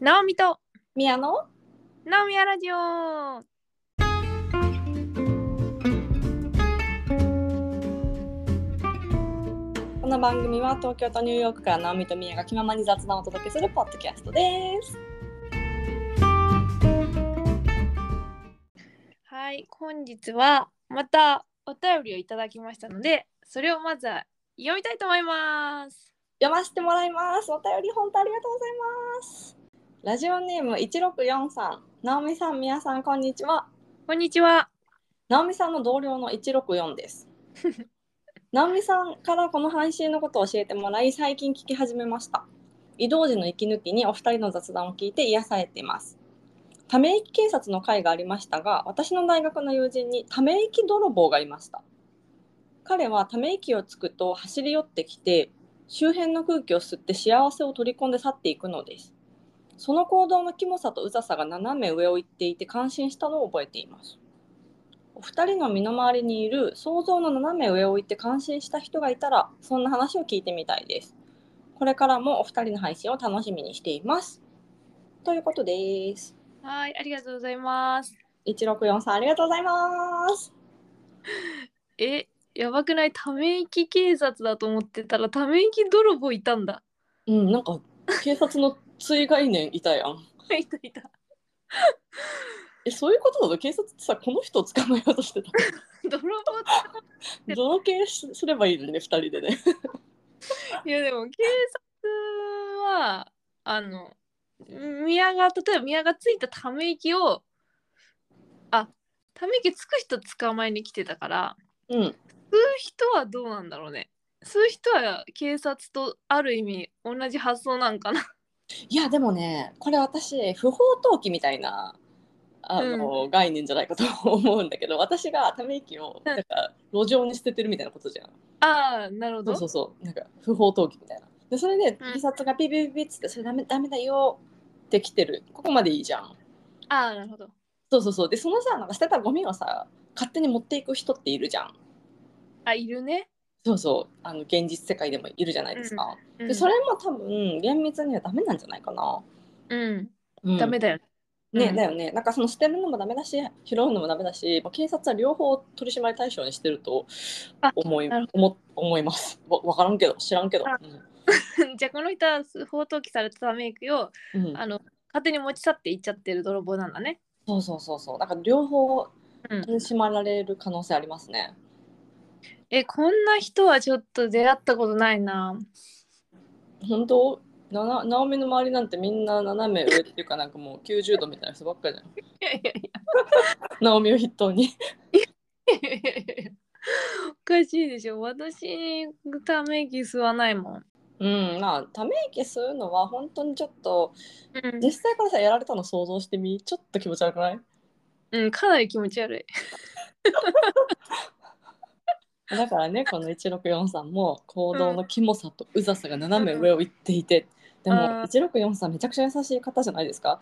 ナオミと宮野ナオミアラジオこの番組は東京とニューヨークから直美と宮が気ままに雑談をお届けするポッドキャストです。はい本日はまたお便りをいただきましたのでそれをまずは読みたいと思います読ませてもらいます。お便り本当ありがとうございます。ラジオネーム164さん、直美さん、宮さん、こんにちは。こんにちは直美さんの同僚の164です。直美さんからこの配信のことを教えてもらい、最近聞き始めました。移動時の息抜きにお二人の雑談を聞いて癒されています。ため息警察の会がありましたが、私の大学の友人にため息泥棒がいました。彼はため息をつくと走り寄ってきて、周辺の空気を吸って幸せを取り込んで去っていくのです。その行動のキモさとうざさが斜め上を行っていて感心したのを覚えています。お二人の身の回りにいる想像の斜め上を行って感心した人がいたらそんな話を聞いてみたいです。これからもお二人の配信を楽しみにしています。ということです。はいありがとうございます164さんありがとうございます。えやばくないため息警察だと思ってたらため息泥棒いたんだ うん、なんか警察の追概念いたやん。いたいたえ、そういうことだと警察ってさ、この人を捕まえようとしてた。泥棒泥系しすればいいのにね、二人でね。いやでも警察はあの宮が例えば宮がついたため息をあため息つく人捕まえに来てたからうん。吸う人はどうなんだろうね吸う人は警察とある意味同じ発想なんかない や、でもね、これ私、不法投棄みたいな、あの、概念じゃないかと思うんだけど、 私がため息を、うんなんか、路上に捨ててるみたいなことじゃん。ああなるほそどうそうそう、なんか、不法投棄みたいな。で、それで、うん警察がピピピピっつって、それダメダメだよって来てる。ここまでいいじゃん。ああなるほどそうそうそう。で、そのさ、なんか捨てたゴミをさ、勝手に持っていく人っているじゃん。あいるね、そうそう、あの、現実世界でもいるじゃないですか。うん、で、それも多分、厳密にはダメなんじゃないかな。うんうんダメだよね、ね、うんだよね。なんかその捨てるのもダメだし、拾うのもダメだし、まあ、警察は両方取り締まり対象にしてるとあ思いなる思思います。わ分からんけど、知らんけど。あ じゃあこの人は法投棄されたため息をうんうんあの勝手に持ち去っていっちゃってる泥棒なんだねそうそうそうそう。だから両方うん取り締まられる可能性ありますね。えこんな人はちょっと出会ったことないな 本当ななナオミの周りなんてみんな斜め上っていうかなんかもう90度みたいな人ばっかじゃん。いやいやいナオミを筆頭に。やいやいやいやおかしいでしょ私にため息吸わないもん、うん、まあため息吸うのは本当にちょっとうん実際からさやられたの想像してみちょっと気持ち悪くないうん、かなり気持ち悪い。だからね、この164さんも行動のキモさとうざさが斜め上を行っていて、でもうん164さんめちゃくちゃ優しい方じゃないですか。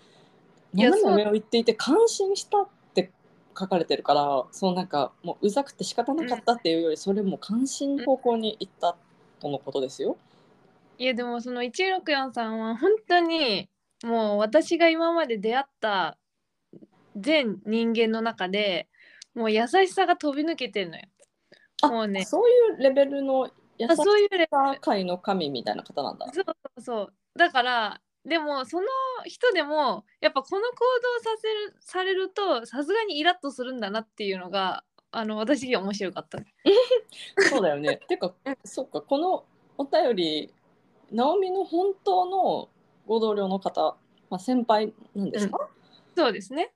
いや斜め上を行っていて感心したって書かれてるから、そのなんかもううざくて仕方なかったっていうより、それも感心方向に行ったとのことですよ。いやでもその164さんは本当にもう私が今まで出会った全人間の中でもう優しさが飛び抜けてるのよ。あもうねそういうレベルの優しあさそういうレ界の神みたいな方なんだ。そうそうそうだからでもその人でもやっぱこの行動させるされるとさすがにイラッとするんだなっていうのがあの私には面白かった。そうだよ ね。てか、そうか、このお便り、ナオミの本当のご同僚の方、まあ、先輩なんですか、そうですね。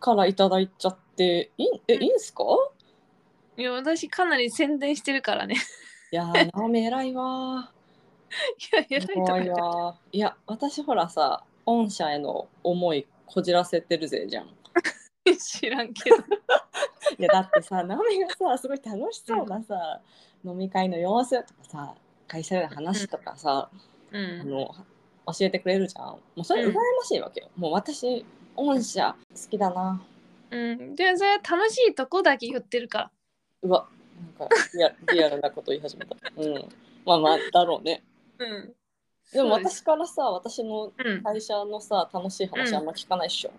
からいただいちゃって、いんえ、うんいいんすかいや私かなり宣伝してるからね。 いやー、ナオミ偉いわいや偉いー。とか偉いわー。いや、私ほらさ、御社への思いこじらせてるぜじゃん。い知らんけど。や、だっ てさ、ナオミがさ、すごい楽しそうなさ、飲み会の様子とかさ、会社での話とかさ、うあん。の教えてくれるじゃん。もうそれうん羨ましいわけよ。もう私御社好きだな。うん、でそれは楽しいとこだけ言ってるから。うわ なんかリアリアルなこと言い始めた。うん。まあまあだろうね。うん。でもそうです私からさ私のうん、会社のさ楽しい話あんま聞かないっしょ、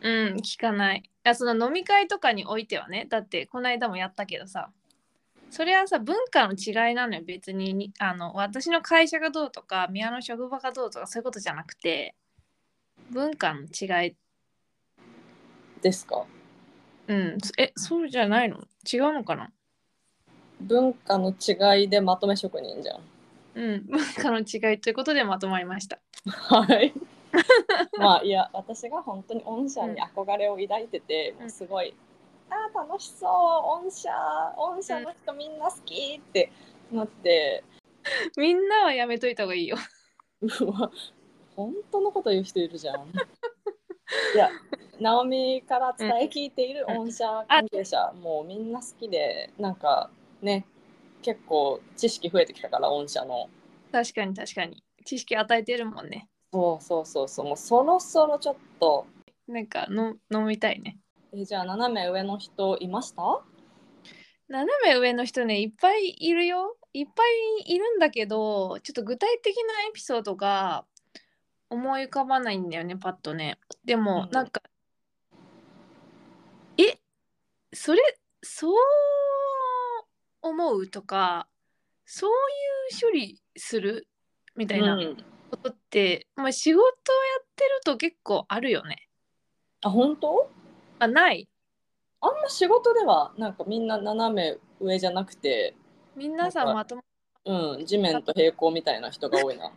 うん、聞かない。いやその飲み会とかにおいてはね、だってこの間もやったけどさ、それはさ、文化の違いなのよ、別ににあの。私の会社がどうとか、宮の職場がどうとか、そういうことじゃなくて、文化の違い、ですかうん、え、そうじゃないの違うのかな文化の違いでまとめ職人じゃんうん、 文化の違いということでまとまりました。 はい。まあいや私が本当に御社に憧れを抱いてて、んもうすごい「あー楽しそう御社御社の人みんな好き」ってなってみんなはやめといた方がいいよ。う わ本当のこと言う人いるじゃん。 いや直美から伝え聞いている御社関係者、もうみんな好きでなんかね結構知識増えてきたから御社の。確かに確かに。知識与えてるもんね。そうそうそうそうもうそろそろちょっとなんかの飲みたいね。えじゃあ斜め上の人いました斜め上の人ねいっぱいいるよいっぱいいるんだけどちょっと具体的なエピソードが思い浮かばないんだよねパッとねでも、うんなんかえそれそう思うとかそういう処理するみたいなうんことって、まあ、仕事をやってると結構あるよねあ本当あないあんま仕事ではなんかみんな斜め上じゃなくて、皆さなんんかまともうん、地面と平行みたいな人が多い な。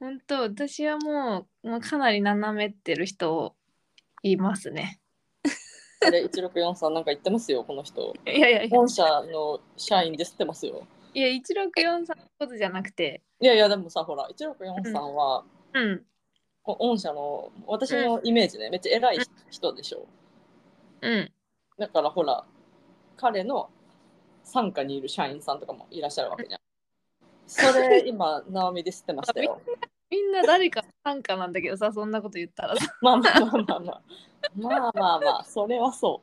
本当私はもう、まあ、かなり斜めってる人いますね。あれ164さんなんか言ってますよこの人。いやいやいや本社の社員ですってますよ。いや164さんのことじゃなくていやいやでもさほら164さんは、うんこ御社の私のイメージね、めっちゃ偉い人でしょ。うんだからほら彼の傘下にいる社員さんとかもいらっしゃるわけじゃん。それ今直美で吸ってましたよ。みんな誰か参加なんだけどさそんなこと言ったらさまあまあまあまあまあ。まあまあまあ、それはそ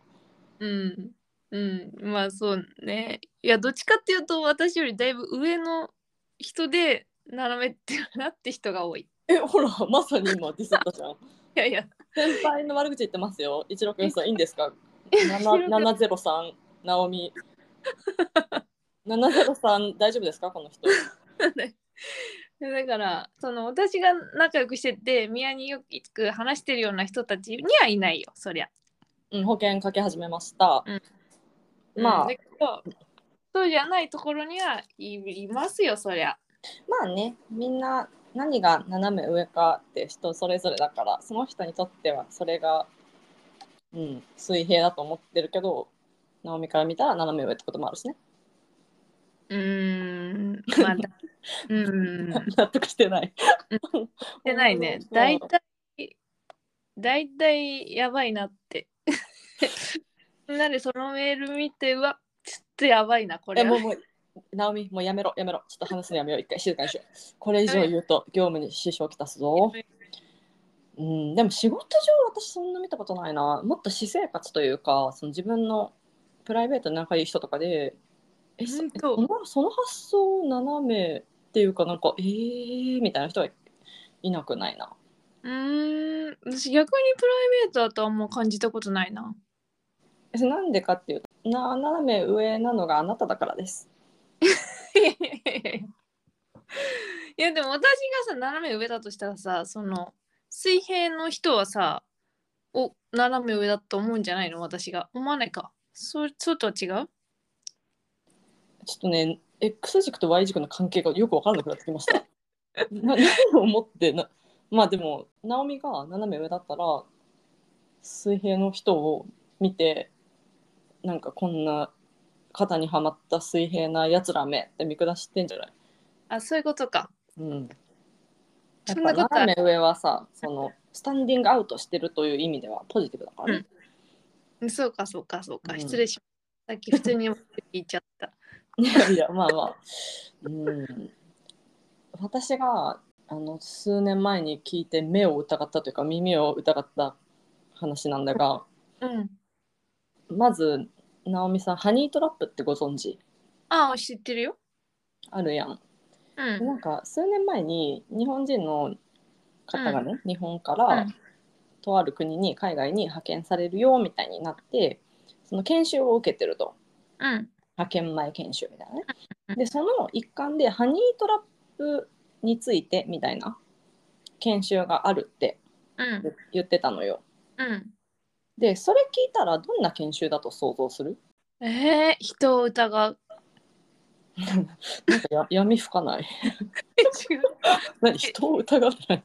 う。うんうんまあそうねいやどっちかっていうと私よりだいぶ上の人で斜めってるなって人が多いいえ、ほら、まさに今ディスったじゃん。やいや先輩の悪口言ってますよ。一六四さん、いいんですか。七ゼロ三、直美。七ゼロ三、大丈夫ですか、この人。 だからその私が仲良くしてて宮によく話してるような人たちにはいないよそりゃうん、保険かけ始めました。まあうんだけどそうじゃないところにはいいますよそりゃまあね、みんな何が斜め上かって人それぞれだから、その人にとってはそれが、うん、水平だと思ってるけど、直美から見たら斜め上ってこともあるしね。うーんまあ だうーんし納得してない。てないねそう大体大体やばいなって みんなでそのメール見てうわちょっとやばいなこれえ、もはう、もう、直美、もうやめろ、やめろ。ちょっと話すのやめよう、一回静かにしよう。これ以上言うと、業務に支障をきたすぞ。うん、でも仕事上、私そんな見たことないな。もっと私生活というか、その自分のプライベートで仲いい人とかで、え、そ本そ当のその発想斜めっていうか、なんか、えーみたいな人はいなくないな。うーん私逆にプライベートだとはあんま感じたことないなえそれなんでかっていうと、な斜め上なのがあなただからです。い やでも私がさ斜め上だとしたらさその水平の人はさお斜め上だと思うんじゃないの私が思わないかそそうとは違うちょっとね、X 軸と Y 軸の関係がよく分からなくなってきました。 な 何を思ってな、まあでも、ナオミが斜め上だったら、水平の人を見て、なんかこんな肩にはまった水平なやつらめって見下してんじゃないあそういうことかうん。やっそんなぱことは斜め上はさ、その、スタンディングアウトしてるという意味ではポジティブだからね。そうかそうかそうか、うん失礼しましたさっき普通に聞いちゃった いやいやまあまあ、うん、私があの数年前に聞いて目を疑ったというか耳を疑った話なんだがうんまず直美さんハニートラップってご存知ああ知ってるよあるやんうんなんか数年前に日本人の方がね、日本かうらんとある国に海外に派遣されるよみたいになってその研修を受けてるとうん派遣前研修みたいなねうんでその一環でハニートラップについてみたいな研修があるってうん言ってたのようんでそれ聞いたらどんな研修だと想像するえー、人を疑 うなんかや 闇深ない違う何人を疑うって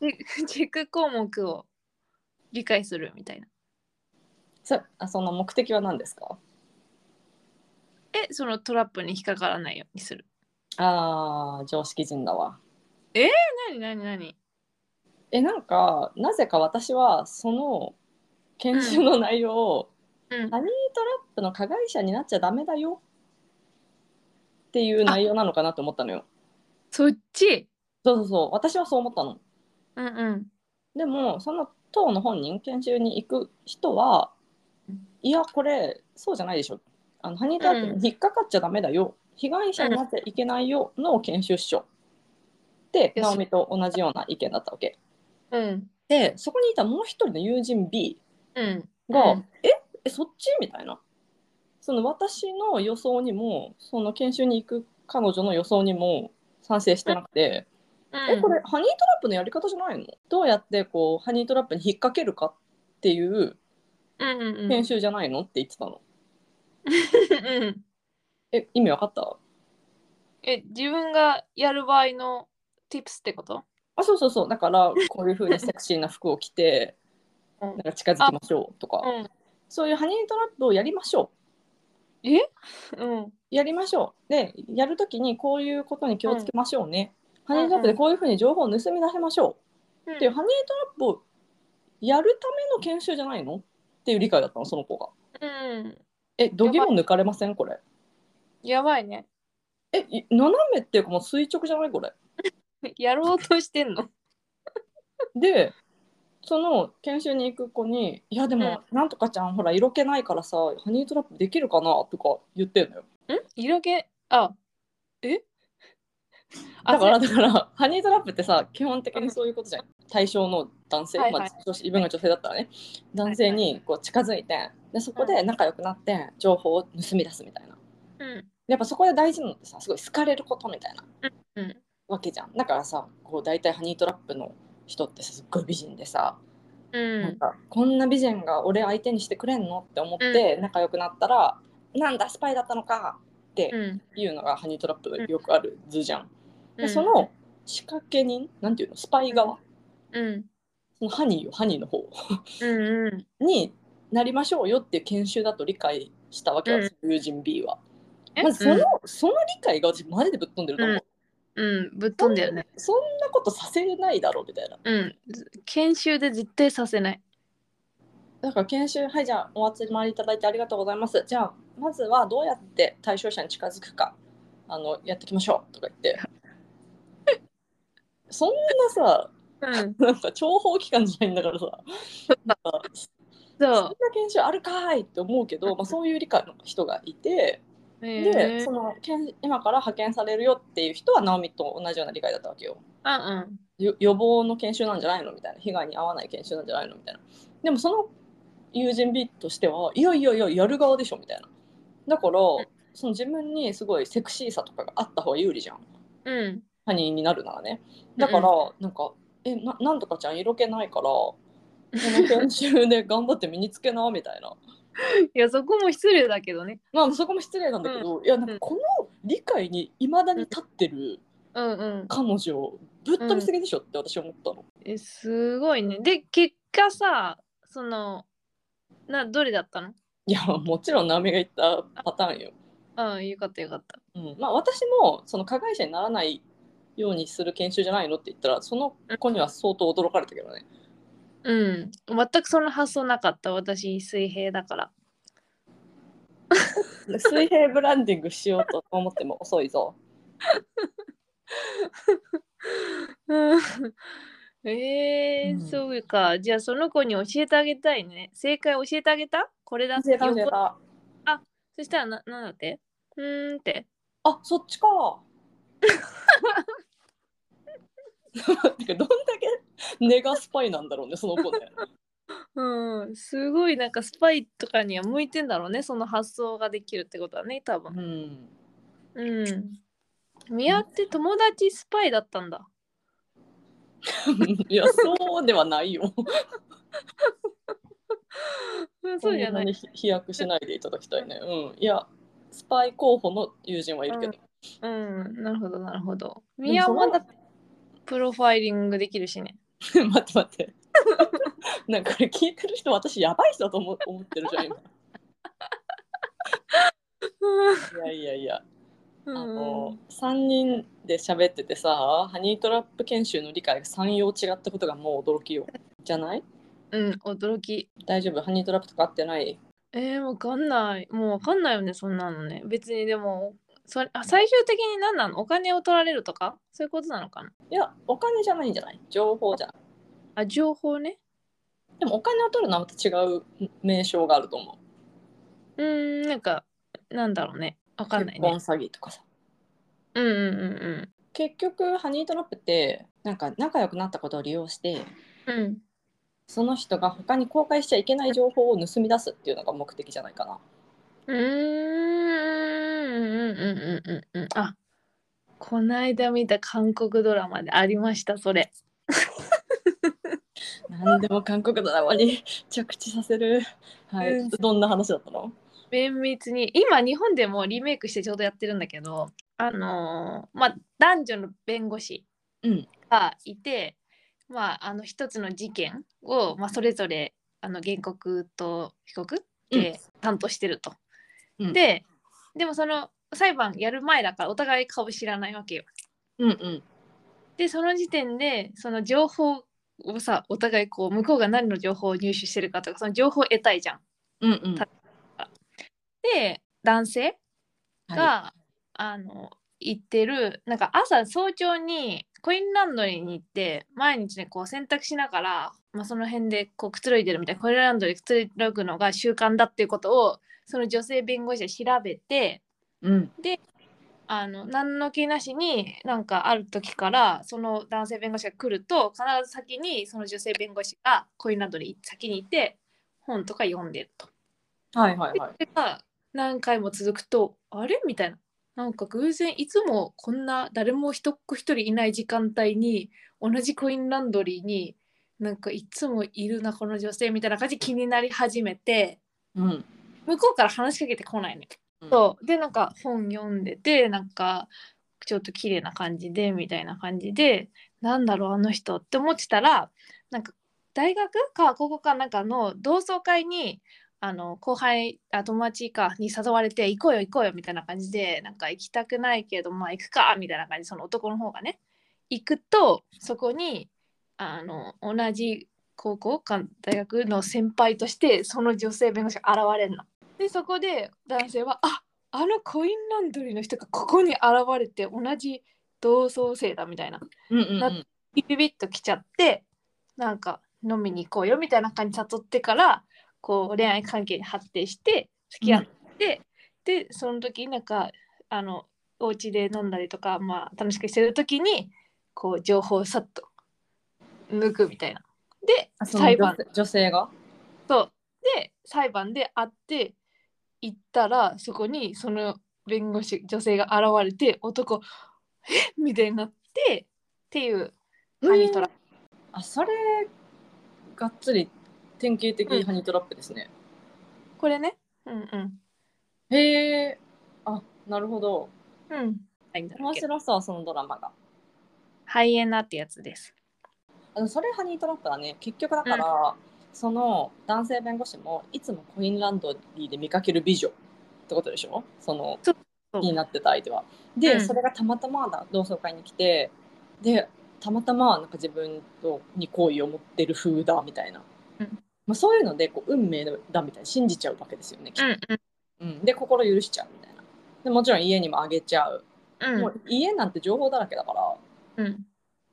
何チェック項目を理解するみたいな。そあその目的は何ですかえ、そのトラップに引っかからないようにする。あー常識人だわなになになにえなんかなぜか私はその研修の内容を、うんハニートラップの加害者になっちゃダメだよっていう内容なのかなと思ったのよそっちそうそうそう私はそう思ったのうんうん。でもその当の本人研修に行く人はうんいやこれそうじゃないでしょあのハニートラップに引っかかっちゃダメだよ、被害者になっちゃいけないよの研修っしょよでし直美と同じような意見だったわけうん。でそこにいたもう一人の友人 B うん。が、うんええそっちみたいなその私の予想にもその研修に行く彼女の予想にも賛成してなくて、えこれハニートラップのやり方じゃないのどうやってこうハニートラップに引っ掛けるかっていううんうんうん。研修じゃないのって言ってたの。うんえ意味わかったえ、自分がやる場合の tips ってことあそうそうそうだからこういう風に セクシーな服を着てうんなんか近づきましょうとか、うん。そういうハニートラップをやりましょううん。やりましょうでやるときにこういうことに気をつけましょうね、んハニートラップでこういうふうに情報を盗み出しましょうっていう、ハニートラップをやるための研修じゃないのっていう理解だったのその子がうん。え度肝抜かれませんこれやばいね。えい斜めっていうかもう垂直じゃないこれやろうとしてんの。でその研修に行く子に「いやでも、なんとかちゃんほら色気ないからさハニートラップできるかな?」とか言ってんのよん色気あ、えだからあだからハニートラップってさ基本的にそういうことじゃん対象の男性、はいはいまあ、女子自分が女性だったらね男性にこう近づいてでそこで仲良くなって情報を盗み出すみたいなそれやっぱそこで大事なのってさすごい好かれることみたいなうん。うん。わけじゃんだからさこう大体ハニートラップの人ってさすっごい美人でさ、うなんん。かこんな美人が俺相手にしてくれんのって思って仲良くなったら、なんだスパイだったのかってうん。いうのがハニートラップのよくある図じゃん。うでんそ、の仕掛け人なんていうのスパイ側、うん。そのハニーよハニーの方うんうん。になりましょうよっていう研修だと理解したわけなんです、友人 B は。まずその,、うんその理解が私マジでぶっ飛んでると思う、うん、ぶっ飛んだよね。そんなことさせないだろうみたいな。うん。研修で絶対させない。だから研修はいじゃあお集まりいただいてありがとうございます。じゃあまずはどうやって対象者に近づくかあのやっていきましょうとか言って。そんなさうん。なんか諜報機関じゃないんだからさなんかそんそな研修あるかーいって思うけど、まあ、そういう理解の人がいて、う。でへーそのけん今から派遣されるよっていう人はナオミと同じような理解だったわけよ。うんよ予防の研修なんじゃないのみたいな被害に遭わない研修なんじゃないのみたいなでもその友人 B としてはいやいやいややる側でしょみたいなだからその自分にすごいセクシーさとかがあった方が有利じゃんうん。うん。ハニーになるならねだからなんか「えななんとかちゃん色気ないからこ の研修で頑張って身につけな」みたいな。いや、そこも失礼だけどね。まあそこも失礼なんだけど、いやなんかこの理解にいまだに立ってるうんうん。彼女をぶっ飛びすぎでしょって私は思ったの。え、すごいね。で、結果さ、その、な、どれだったのいやもちろんナミが言ったパターンよ。うん、よかったよかった。うん、まあ私もその加害者にならないようにする研修じゃないのって言ったらその子には相当驚かれたけ どね。うん。全くその発想なかった。私、水平だから。水平ブランディングしようと思っても遅いぞ。うん。 えうー、んそうか。じゃあ、その子に教えてあげたいね。正解教えてあげたこれだって。教え横たそしたらな、なんだってうーんって。あそっちか。 てかどんだけネガスパイなんだろうねその子ね。うん、すごいなんかスパイとかには向いてんだろうねその発想ができるってことはね多う分ん。うん宮って友達スパイだったんだいやそうではないよ。うん そうじゃんなないに飛躍しないでいただきたいね。うん。いやスパイ候補の友人はいるけど。うんなるほどなるほどでも宮そはのまだプロファイリングできるしね 待って待って。なんかこれ聞いてる人私やばい人だと思思ってるじゃん今。いやいやいや。うあんの3人で喋っててさハニートラップ研修の理解が3用違ったことがもう驚きよじゃないうん驚き大丈夫ハニートラップとか合ってないえー、わかんないもうわかんないよねそんなのね別にでもそれあ最終的に何なのお金を取られるとかそういうことなのかないやお金じゃないんじゃない情報じゃないあ情報ねでもお金を取るのはまた違う名称があると思うーん、なんか、なんだろうね。わうかんないね。結婚詐欺とかさうんうんう結局ハニートラップってなんか仲良くなったことを利用してんうん。うん。その人が他に公開しちゃいけない情報を盗み出すっていうのが目的じゃないかなうーんうんうんうんうんうん。あ、こないだ見た韓国ドラマでありました、それ。何でも韓国ドラマに着地させるはい、うんどんな話だったの綿密に、今日本でもリメイクしてちょうどやってるんだけど、あのーまあ、男女の弁護士うんがいて、まあ、あの一つの事件を、まあ、それぞれあの原告と被告で担当してると。うんででもその裁判やる前だからお互い顔知らないわけよ。うんうんでその時点でその情報をさお互いこう向こうが何の情報を入手してるかとかその情報を得たいじゃん。うんうんで男性が、はあの行ってるなんか朝早朝にコインランドリーに行って毎日ねこう洗濯しながら、まあ、その辺でこうくつろいでるみたいなコインランドリーでくつろぐのが習慣だっていうことをその女性弁護士は調べて。い、うんあの何の気なしになんかある時からその男性弁護士が来ると必ず先にその女性弁護士がコインランドリー先にいて本とか読んでると。はいはいはいそれが何回も続くとあれみたいな。なんか偶然いつもこんな誰も一っ子一人いない時間帯に同じコインランドリーになんかいつもいるなこの女性みたいな感じで気になり始めて。うん向こうから話しかけてこないの、うんそうでなんか本読んでてなんかちょっと綺麗な感じでみたいな感じでなんだろうあの人って思ってたらなんか大学か高校かなんかの同窓会にあの後輩あ友達かに誘われて行こうよ行こうよみたいな感じでなんか行きたくないけどまあ行くかみたいな感じその男の方がね行くとそこにあの同じ高校か大学の先輩としてその女性弁護士が現れるの。でそこで男性は「ああのコインランドリーの人がここに現れて同じ同窓生だ」みたいなうんうんなビビビッと来ちゃってなんか飲みに行こうよみたいな感じ誘ってからこう恋愛関係に発展して付き合って、でその時なんかあのお家で飲んだりとか、まあ、楽しくしてる時にこう情報をさっと抜くみたいな。であその裁判女女性がそうで裁判で会って行ったらそこにその弁護士女性が現れて男「えみたいになってっていうハニートラップあそれがっつり典型う的んハニートラップですね、これねうんうんへえあなるほどうんはいんだろ面うけど白そうそのドラマがハイエナってやつですあのそれハニートラップだね結局だから、その男性弁護士もいつもコインランドリーで見かける美女ってことでしょそのそうそう気になってた相手はで、うんそれがたまたまだ同窓会に来てでたまたまなんか自分とに好意を持ってる風だみたいな、うんまあ、そういうのでこう運命だみたいに信じちゃうわけですよね、きっとんうん、で心許しちゃうみたいなでもちろん家にもあげちゃう、うんもう家なんて情報だらけだかうらん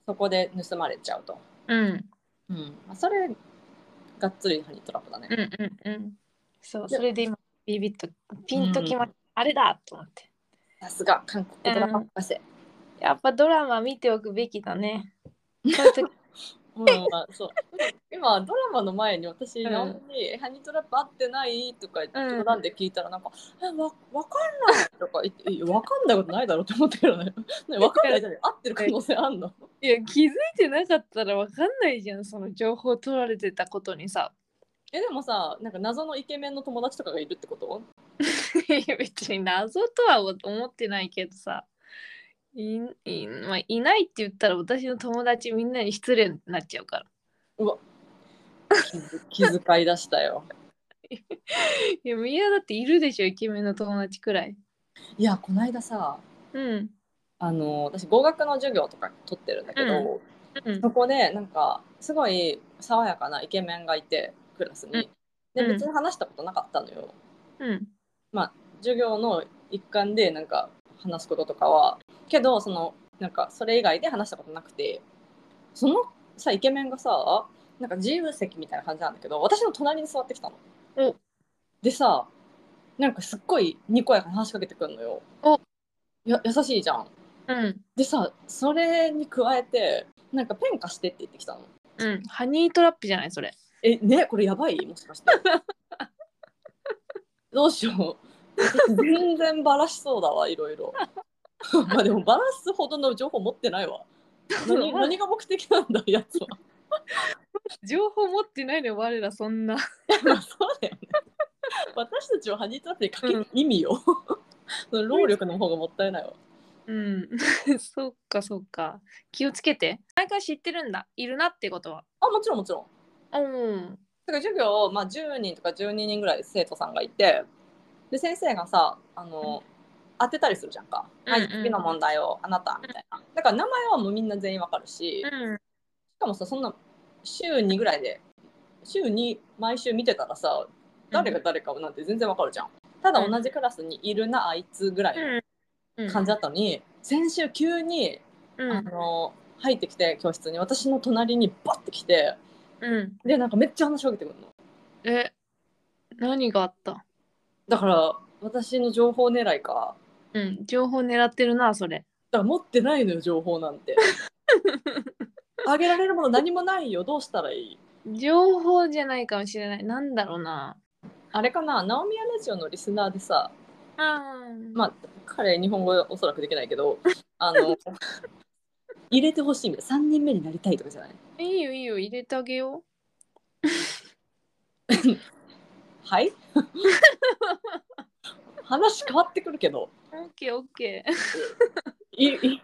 そこで盗まれちゃうと。うんうん、あそれがっつりハニートラップだね。うんうんうんそうでそれで今ビビッとピンときまあれだと思ってさすが韓国ドラマ博士。やっぱドラマ見ておくべきだね。 そういう時うん、そう今ドラマの前に私うん直美に「ハニートラップ合ってない?」とか言ってうん冗談で聞いたらなんか「えわわかんない」とか言っていや「わかんないことないだろ」うと思ったけどね「ねわかんないじゃない合ってる可能性あんの?いや気づいてなかったらわかんないじゃんその情報取られてたことにさ。」 えでもさなんか謎のイケメンの友達とかがいるってこといや別に謎とは思ってないけどさいい,、まあ、いないって言ったら私の友達みんなに失礼になっちゃうから気づ気遣い出したよ。いや宮だっているでしょイケメンの友達くらいいやこないださうんあの私語学の授業とか取ってるんだけど、うんうんそこでなんかすごい爽やかなイケメンがいてクラスに。でうん別に話したことなかったのよ。うん授業の一環でなんか話すこととかはけどそのなんかそれ以外で話したことなくてそのさイケメンがさなんか自由席みたいな感じなんだけど私の隣に座ってきたの。おでさなんかすっごいにこやかに話しかけてくるのよ。おや優しいじゃん。うんでさそれに加えてなんかペン貸してって言ってきたの。うんハニートラップじゃないそれえねこれやばいもしかしてどうしよう私全然バラしそうだわいろい ろまあでもバラすほどの情報持ってないわ何何が目的なんだやつは 情報持ってないのよ我らそんな まあそうだよね私たちをハニートラップにかける意味よ その労力の方がもったいないわうん そっかそっか気をつけて毎回知ってるんだいるなってことはあもちろんもちろんうんだから授業、まあ、10人とか12人ぐらい生徒さんがいてで先生がさあの当てたりするじゃんか、うんはい次の問題をあなたみたいなだから名前はもうみんな全員わかるししうんかもさそんな週2ぐらいで週2毎週見てたらさ誰が誰かなんて全然わかるじゃんただ同じクラスにいるなあいつぐらいうんの感じだったのに先週急に、うんあの入ってきて教室に私の隣にバッて来てうんでなんかめっちゃ話しかけてくるの。え何があっただから私の情報狙いかうん、情報狙ってるな、それ。だから持ってないのよ情報な んてあげられるもの何もないよどうしたらいい情報じゃないかもしれない。なんだろうな。あれかなナオミヤラジオのリスナーでさあまあ彼日本語おそらくできないけどあ の入れてほしいみたいな3人目になりたいとかじゃないあ、いいよいいよ、入れてあげよはい 話変わってくるけどう。オッケーオッケー。 いい入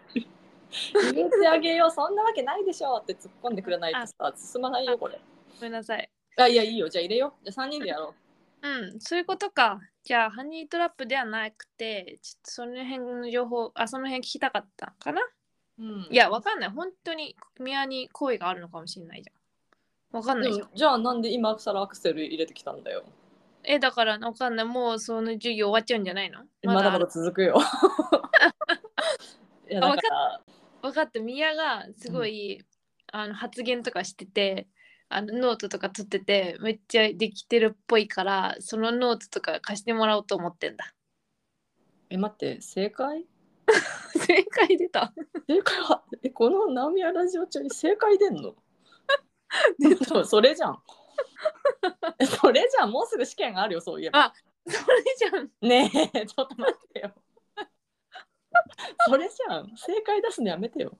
れてあげようそんなわけないでしょって突っ込んでくれないとさ進まないよこれごめんなさい。あいやいいよじゃあ入れようじゃあ3人でやろううん、そういうことか。じゃあ、ハニートラップではなくて、ちょっとその辺の情報、あ、その辺聞きたかったかな。うんいや、わかんない。本当に、宮に好意があるのかもしれないじゃん。わかんないでじゃん。もじゃあなんで今更アクセル入れてきたんだよえ、だから、わかんない。もう、その授業終わっちゃうんじゃないのまだまだ続くよ いやだから分かった宮がすごい、あの発言とかしててあのノートとか取っててめっちゃできてるっぽいからそのノートとか貸してもらおうと思ってんだ え待って正解正解出た正解は えこのナミヤラジオ中に正解出ん のでもそれじゃん えそれじゃんもうすぐ試験があるよそういえばそれじゃんねえちょっと待ってよそれじゃん正解出すのやめてよ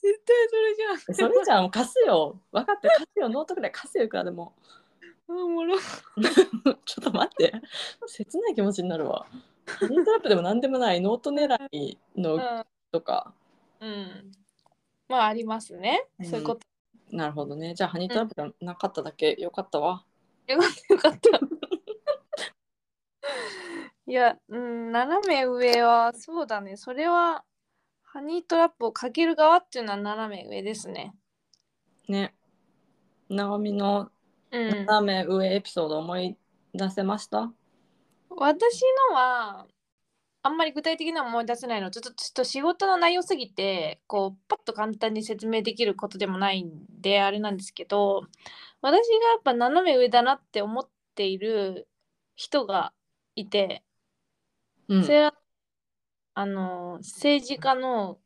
絶対そえれじゃそんれじゃん貸すよ分かった貸すよノートくらい貸すよいくらでもあおもろ ちょっと待って切ない気持ちになるわ。ハニートラップでも何でもないノート狙いのとか。うんまあありますねうんそういうことなるほどね。じゃあハニートラップがなかっただけよかったわ。よかった いやうん斜め上はそうだねそれはハニートラップをかける側っていうのは斜め上ですねね。ナオミのうん斜め上エピソード思い出せました、私のはあんまり具体的なの思い出せないのちょっとちょっと仕事の内容すぎてこうパッと簡単に説明できることでもないんであれなんですけど私がやっぱ斜め上だなって思っている人がいてうんそれはあの政治家の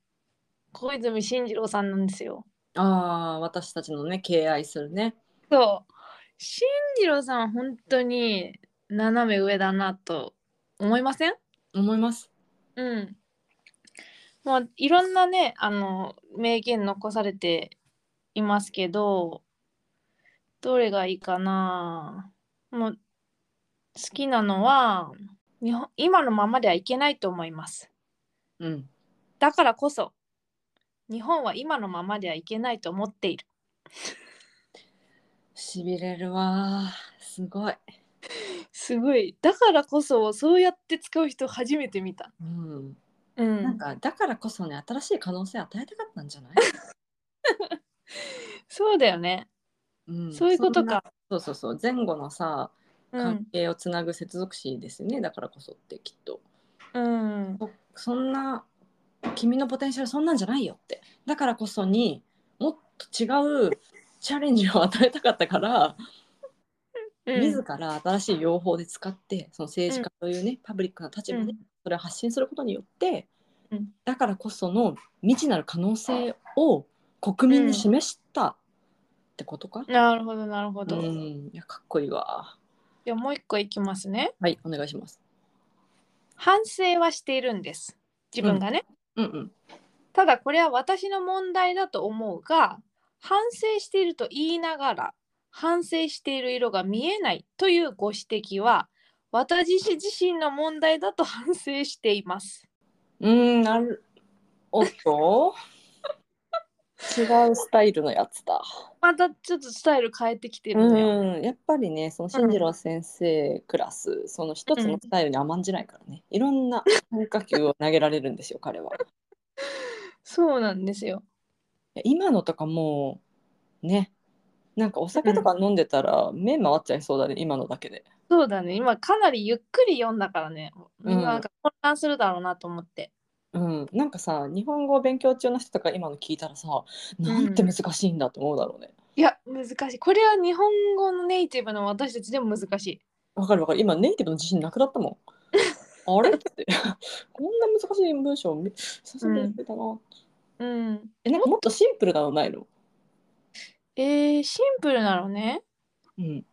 小泉進次郎さんなんですよ。ああ私たちのね敬愛するねそう進次郎さんは本当に斜め上だなと思いません思いますうん。まあいろんなねあの名言残されていますけどどれがいいかなもう好きなのは日本今のままではいけないと思います。うんだからこそ日本は今のままではいけないと思っている。しびれるわーすごい、すごいだからこそそうやって使う人初めて見た。うん、うん、なんかだからこそね新しい可能性与えたかったんじゃない、そうだよね、うん、そういうことか。そんなそうそうそう前後のさう関ん、係をつなぐ接続詞ですよね、だからこそってきっとうん、そそんな君のポテンシャルそんなんじゃないよってだからこそにもっと違うチャレンジを与えたかったから、うん自ら新しい用法で使ってその政治家というね、パブリックな立場うでんそれを発信することによって、うんだからこその未知なる可能性を国民に示したってことか、なるほどなるほうど。んいやかっこいいわじゃあもう一個いきますね。はいお願いします反省はしているんです。自分がね。うんうんただこれは私の問題だと思うが、反省していると言いながら、反省している色が見えないというご指摘は、私自身の問題だと 反省しています。うーんなるおっと違うスタイルのやつだまたちょっとスタイル変えてきてるのよ。うん、やっぱりねその進次郎先生クラス、その一つのスタイルに甘んじないからねいろんな変化球を投げられるんですよ彼はいそうなんですよ。や今のとかもうねなんかお酒とか飲んでたら目回っちゃいそうだね、今のだけでそうだね。今かなりゆっくり読んだからね。みんななんか混乱するだろうなと思って。うんなんかさ日本語を勉強中の人とか今の聞いたらさなんて難しいんだと思うだろうねいや、難しい。これは日本語のネイティブの私たちでも難しい。わ、かるわかる今ネイティブの自信なくなったもんあれって こんな難しい文章め久しぶりに見たな、うん。えなんかもっとシンプルなのないのえー、シンプルなのね。うん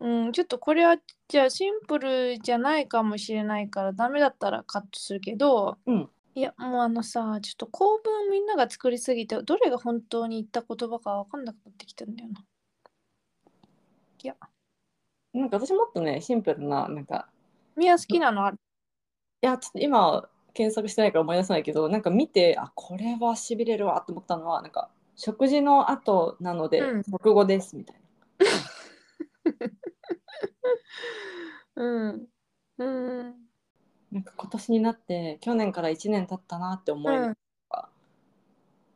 うん、ちょっとこれはじゃあシンプルじゃないかもしれないからダメだったらカットするけど、うんいやもうあのさちょっと構文みんなが作りすぎてどれが本当に言った言葉か分かんなくなってきたんだよな。なんか私もっとねシンプルななんかみや好きなのある。いやちょっと今検索してないから思い出せないけどなんか見てあこれはしびれるわって思ったのはなんか食事の後なのでうん食後ですみたいな、うん。うん。なんか今年になって去年から1年経ったなって思い、うん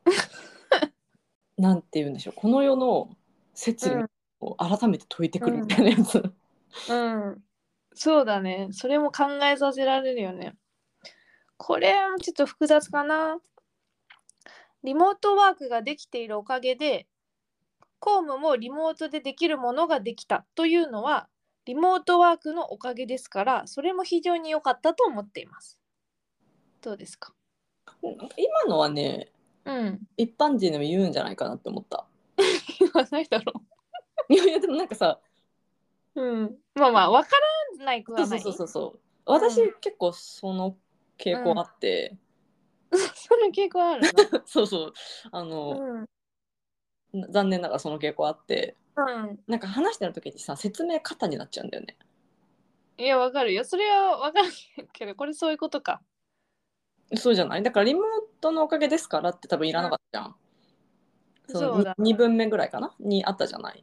なんて言うんでしょうこの世の説理を改めて解いてくるみたいなやつ、うん。そうだね。それも考えさせられるよね。これはちょっと複雑かな。リモートワークができているおかげで、公務もリモートでできるものができたというのは、リモートワークのおかげですから、それも非常に良かったと思っています。どうですかなんか今のはねうん。一般人でも言うんじゃないかなって思った言わないだろいやいやでもなんかさう。うん。まあまあ、わからないくそはなうそうい。そうそうそうはない私、う結構その傾向あって、 その傾向あるそうそうあな。の、うん。残念ながらその傾向あってうん。なんか話してる時にさ説明過多になっちゃうんだよねいや、わかるよ。それはわかるけど、これそういうことか。そうじゃないだからリモートのおかげですからって多分いらなかったじゃん、のそうだに2分目ぐらいかなにあったじゃない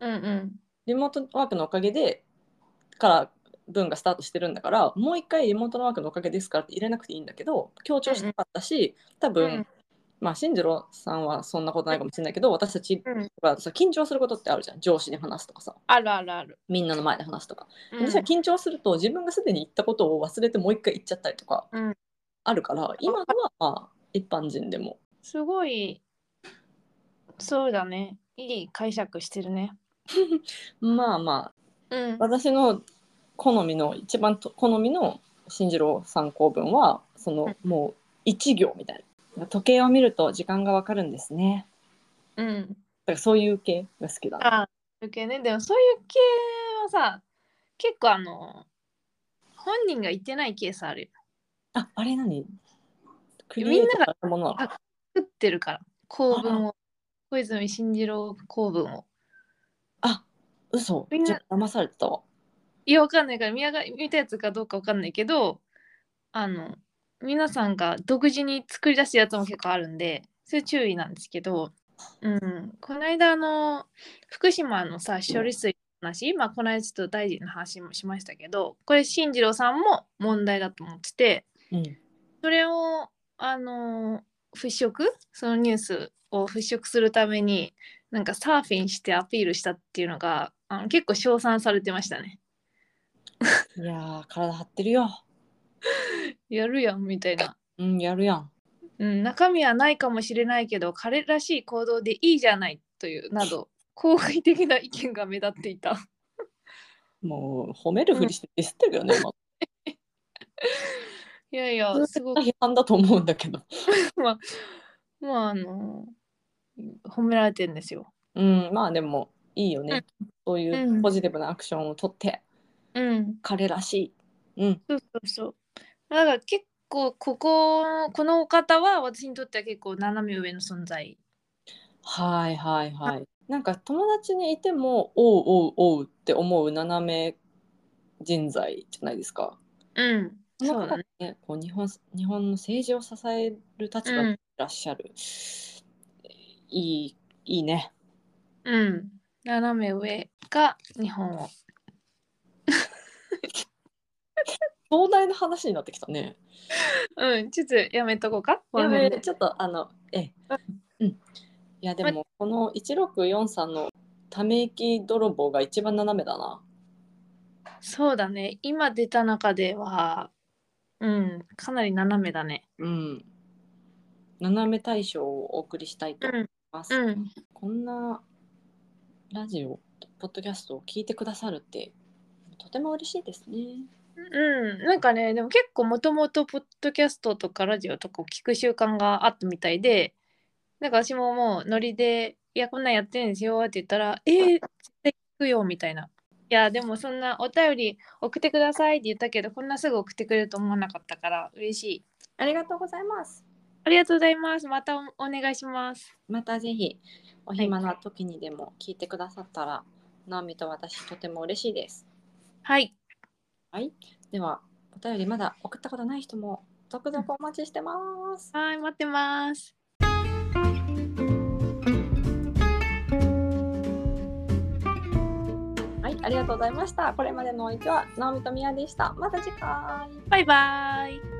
うんうん。リモートワークのおかげでから文がスタートしてるんだからもう一回リモートワークのおかげですからって入れなくていいんだけど強調したかったし、多分、うんまあ進次郎さんはそんなことないかもしれないけど私たちうんがさ緊張することってあるじゃん上司に話すとかさあるあるある。みんなの前で話すとかうん私は緊張すると自分がすでに言ったことを忘れてもう一回言っちゃったりとかうんあるから、今のはまあ一般人でもすごい、そうだね。いい解釈してるね。まあまうんあ。私の好みの一番と好みの進次郎参考文はその、うんもう一行みたい時計を見ると時間がわかるんですね。うん。だからそういう系が好きだな。あそういう系ね。でもそういう系はさ、結構あの、本人が言ってないケースあるよ。あ、あれ何クみんなががものなのあ作ってるから、構文を。小泉進次郎構文を。あ、嘘。みんなじゃあ騙されてたわ。いや、わかんないから、宮が見たやつかどうかわかんないけど、あの、皆さんが独自に作り出すやつも結構あるんで、それ注意なんですけど、うん、この間、あの、福島のさ、処理水の話、まあ、この間ちょっと大臣の話もしましたけど、これ、進次郎さんも問題だと思ってて、うん。それをあの払拭そのニュースを払拭するためになんかサーフィンしてアピールしたっていうのがあの結構称賛されてましたね。いやー、体張ってるよ。やるやんみたいな、うん、やるやん。うん。中身はないかもしれないけど彼らしい行動でいいじゃないというな ど好意的な意見が目立っていた。 もう褒めるふりしてディスってるよね。今いやいやすごく批判だと思うんだけど。まああの褒められてんですよ。うん、まあでもいいようねん。そういううんポジティブなアクションをとって、うん彼らしい。うん。そうそうそう。だから結構こここのお方は私にとっては結構斜め上の存在。はいはいはい。なんか友達にいても、おうおうおうって思う斜め人材じゃないですか。うん。そうだね。ね。こう日本日本の政治を支える立場にいらっしゃる。いい、いいね。うん。斜め上が日本を。壮大な話になってきたね。うん。ちょっとやめとこうか。こやのべ辺えでちょっとあのええうんいやでもこの1643のため息泥棒が一番斜めだなそうだね。今出た中では、うん。かなり斜めだね。うん斜め大賞をお送りしたいと思います、うん。こんなラジオポッドキャストを聞いてくださるってとても嬉しいですねうん。なんかね、でも結構もともとポッドキャストとかラジオとかを聞く習慣があったみたいで、なんか私ももうノリで、いや、こんなんやってるんですよって言ったら、えー、絶対聞くよみたいな。いや、でもそんなお便り送ってくださいって言ったけど、こんなすぐ送ってくれると思わなかったから嬉しい。ありがとうございますありがとうございます。またおお願いします。またぜひお暇な時にでも聞いてくださったら、ナオミと私とても嬉しいですはい。はい、ではお便りまだ送ったことない人も続々お待ちしてます。はい、待ってます。はい、ありがとうございました。これまでのお相手はナオミとミヤでした。また次回。バイバーイ。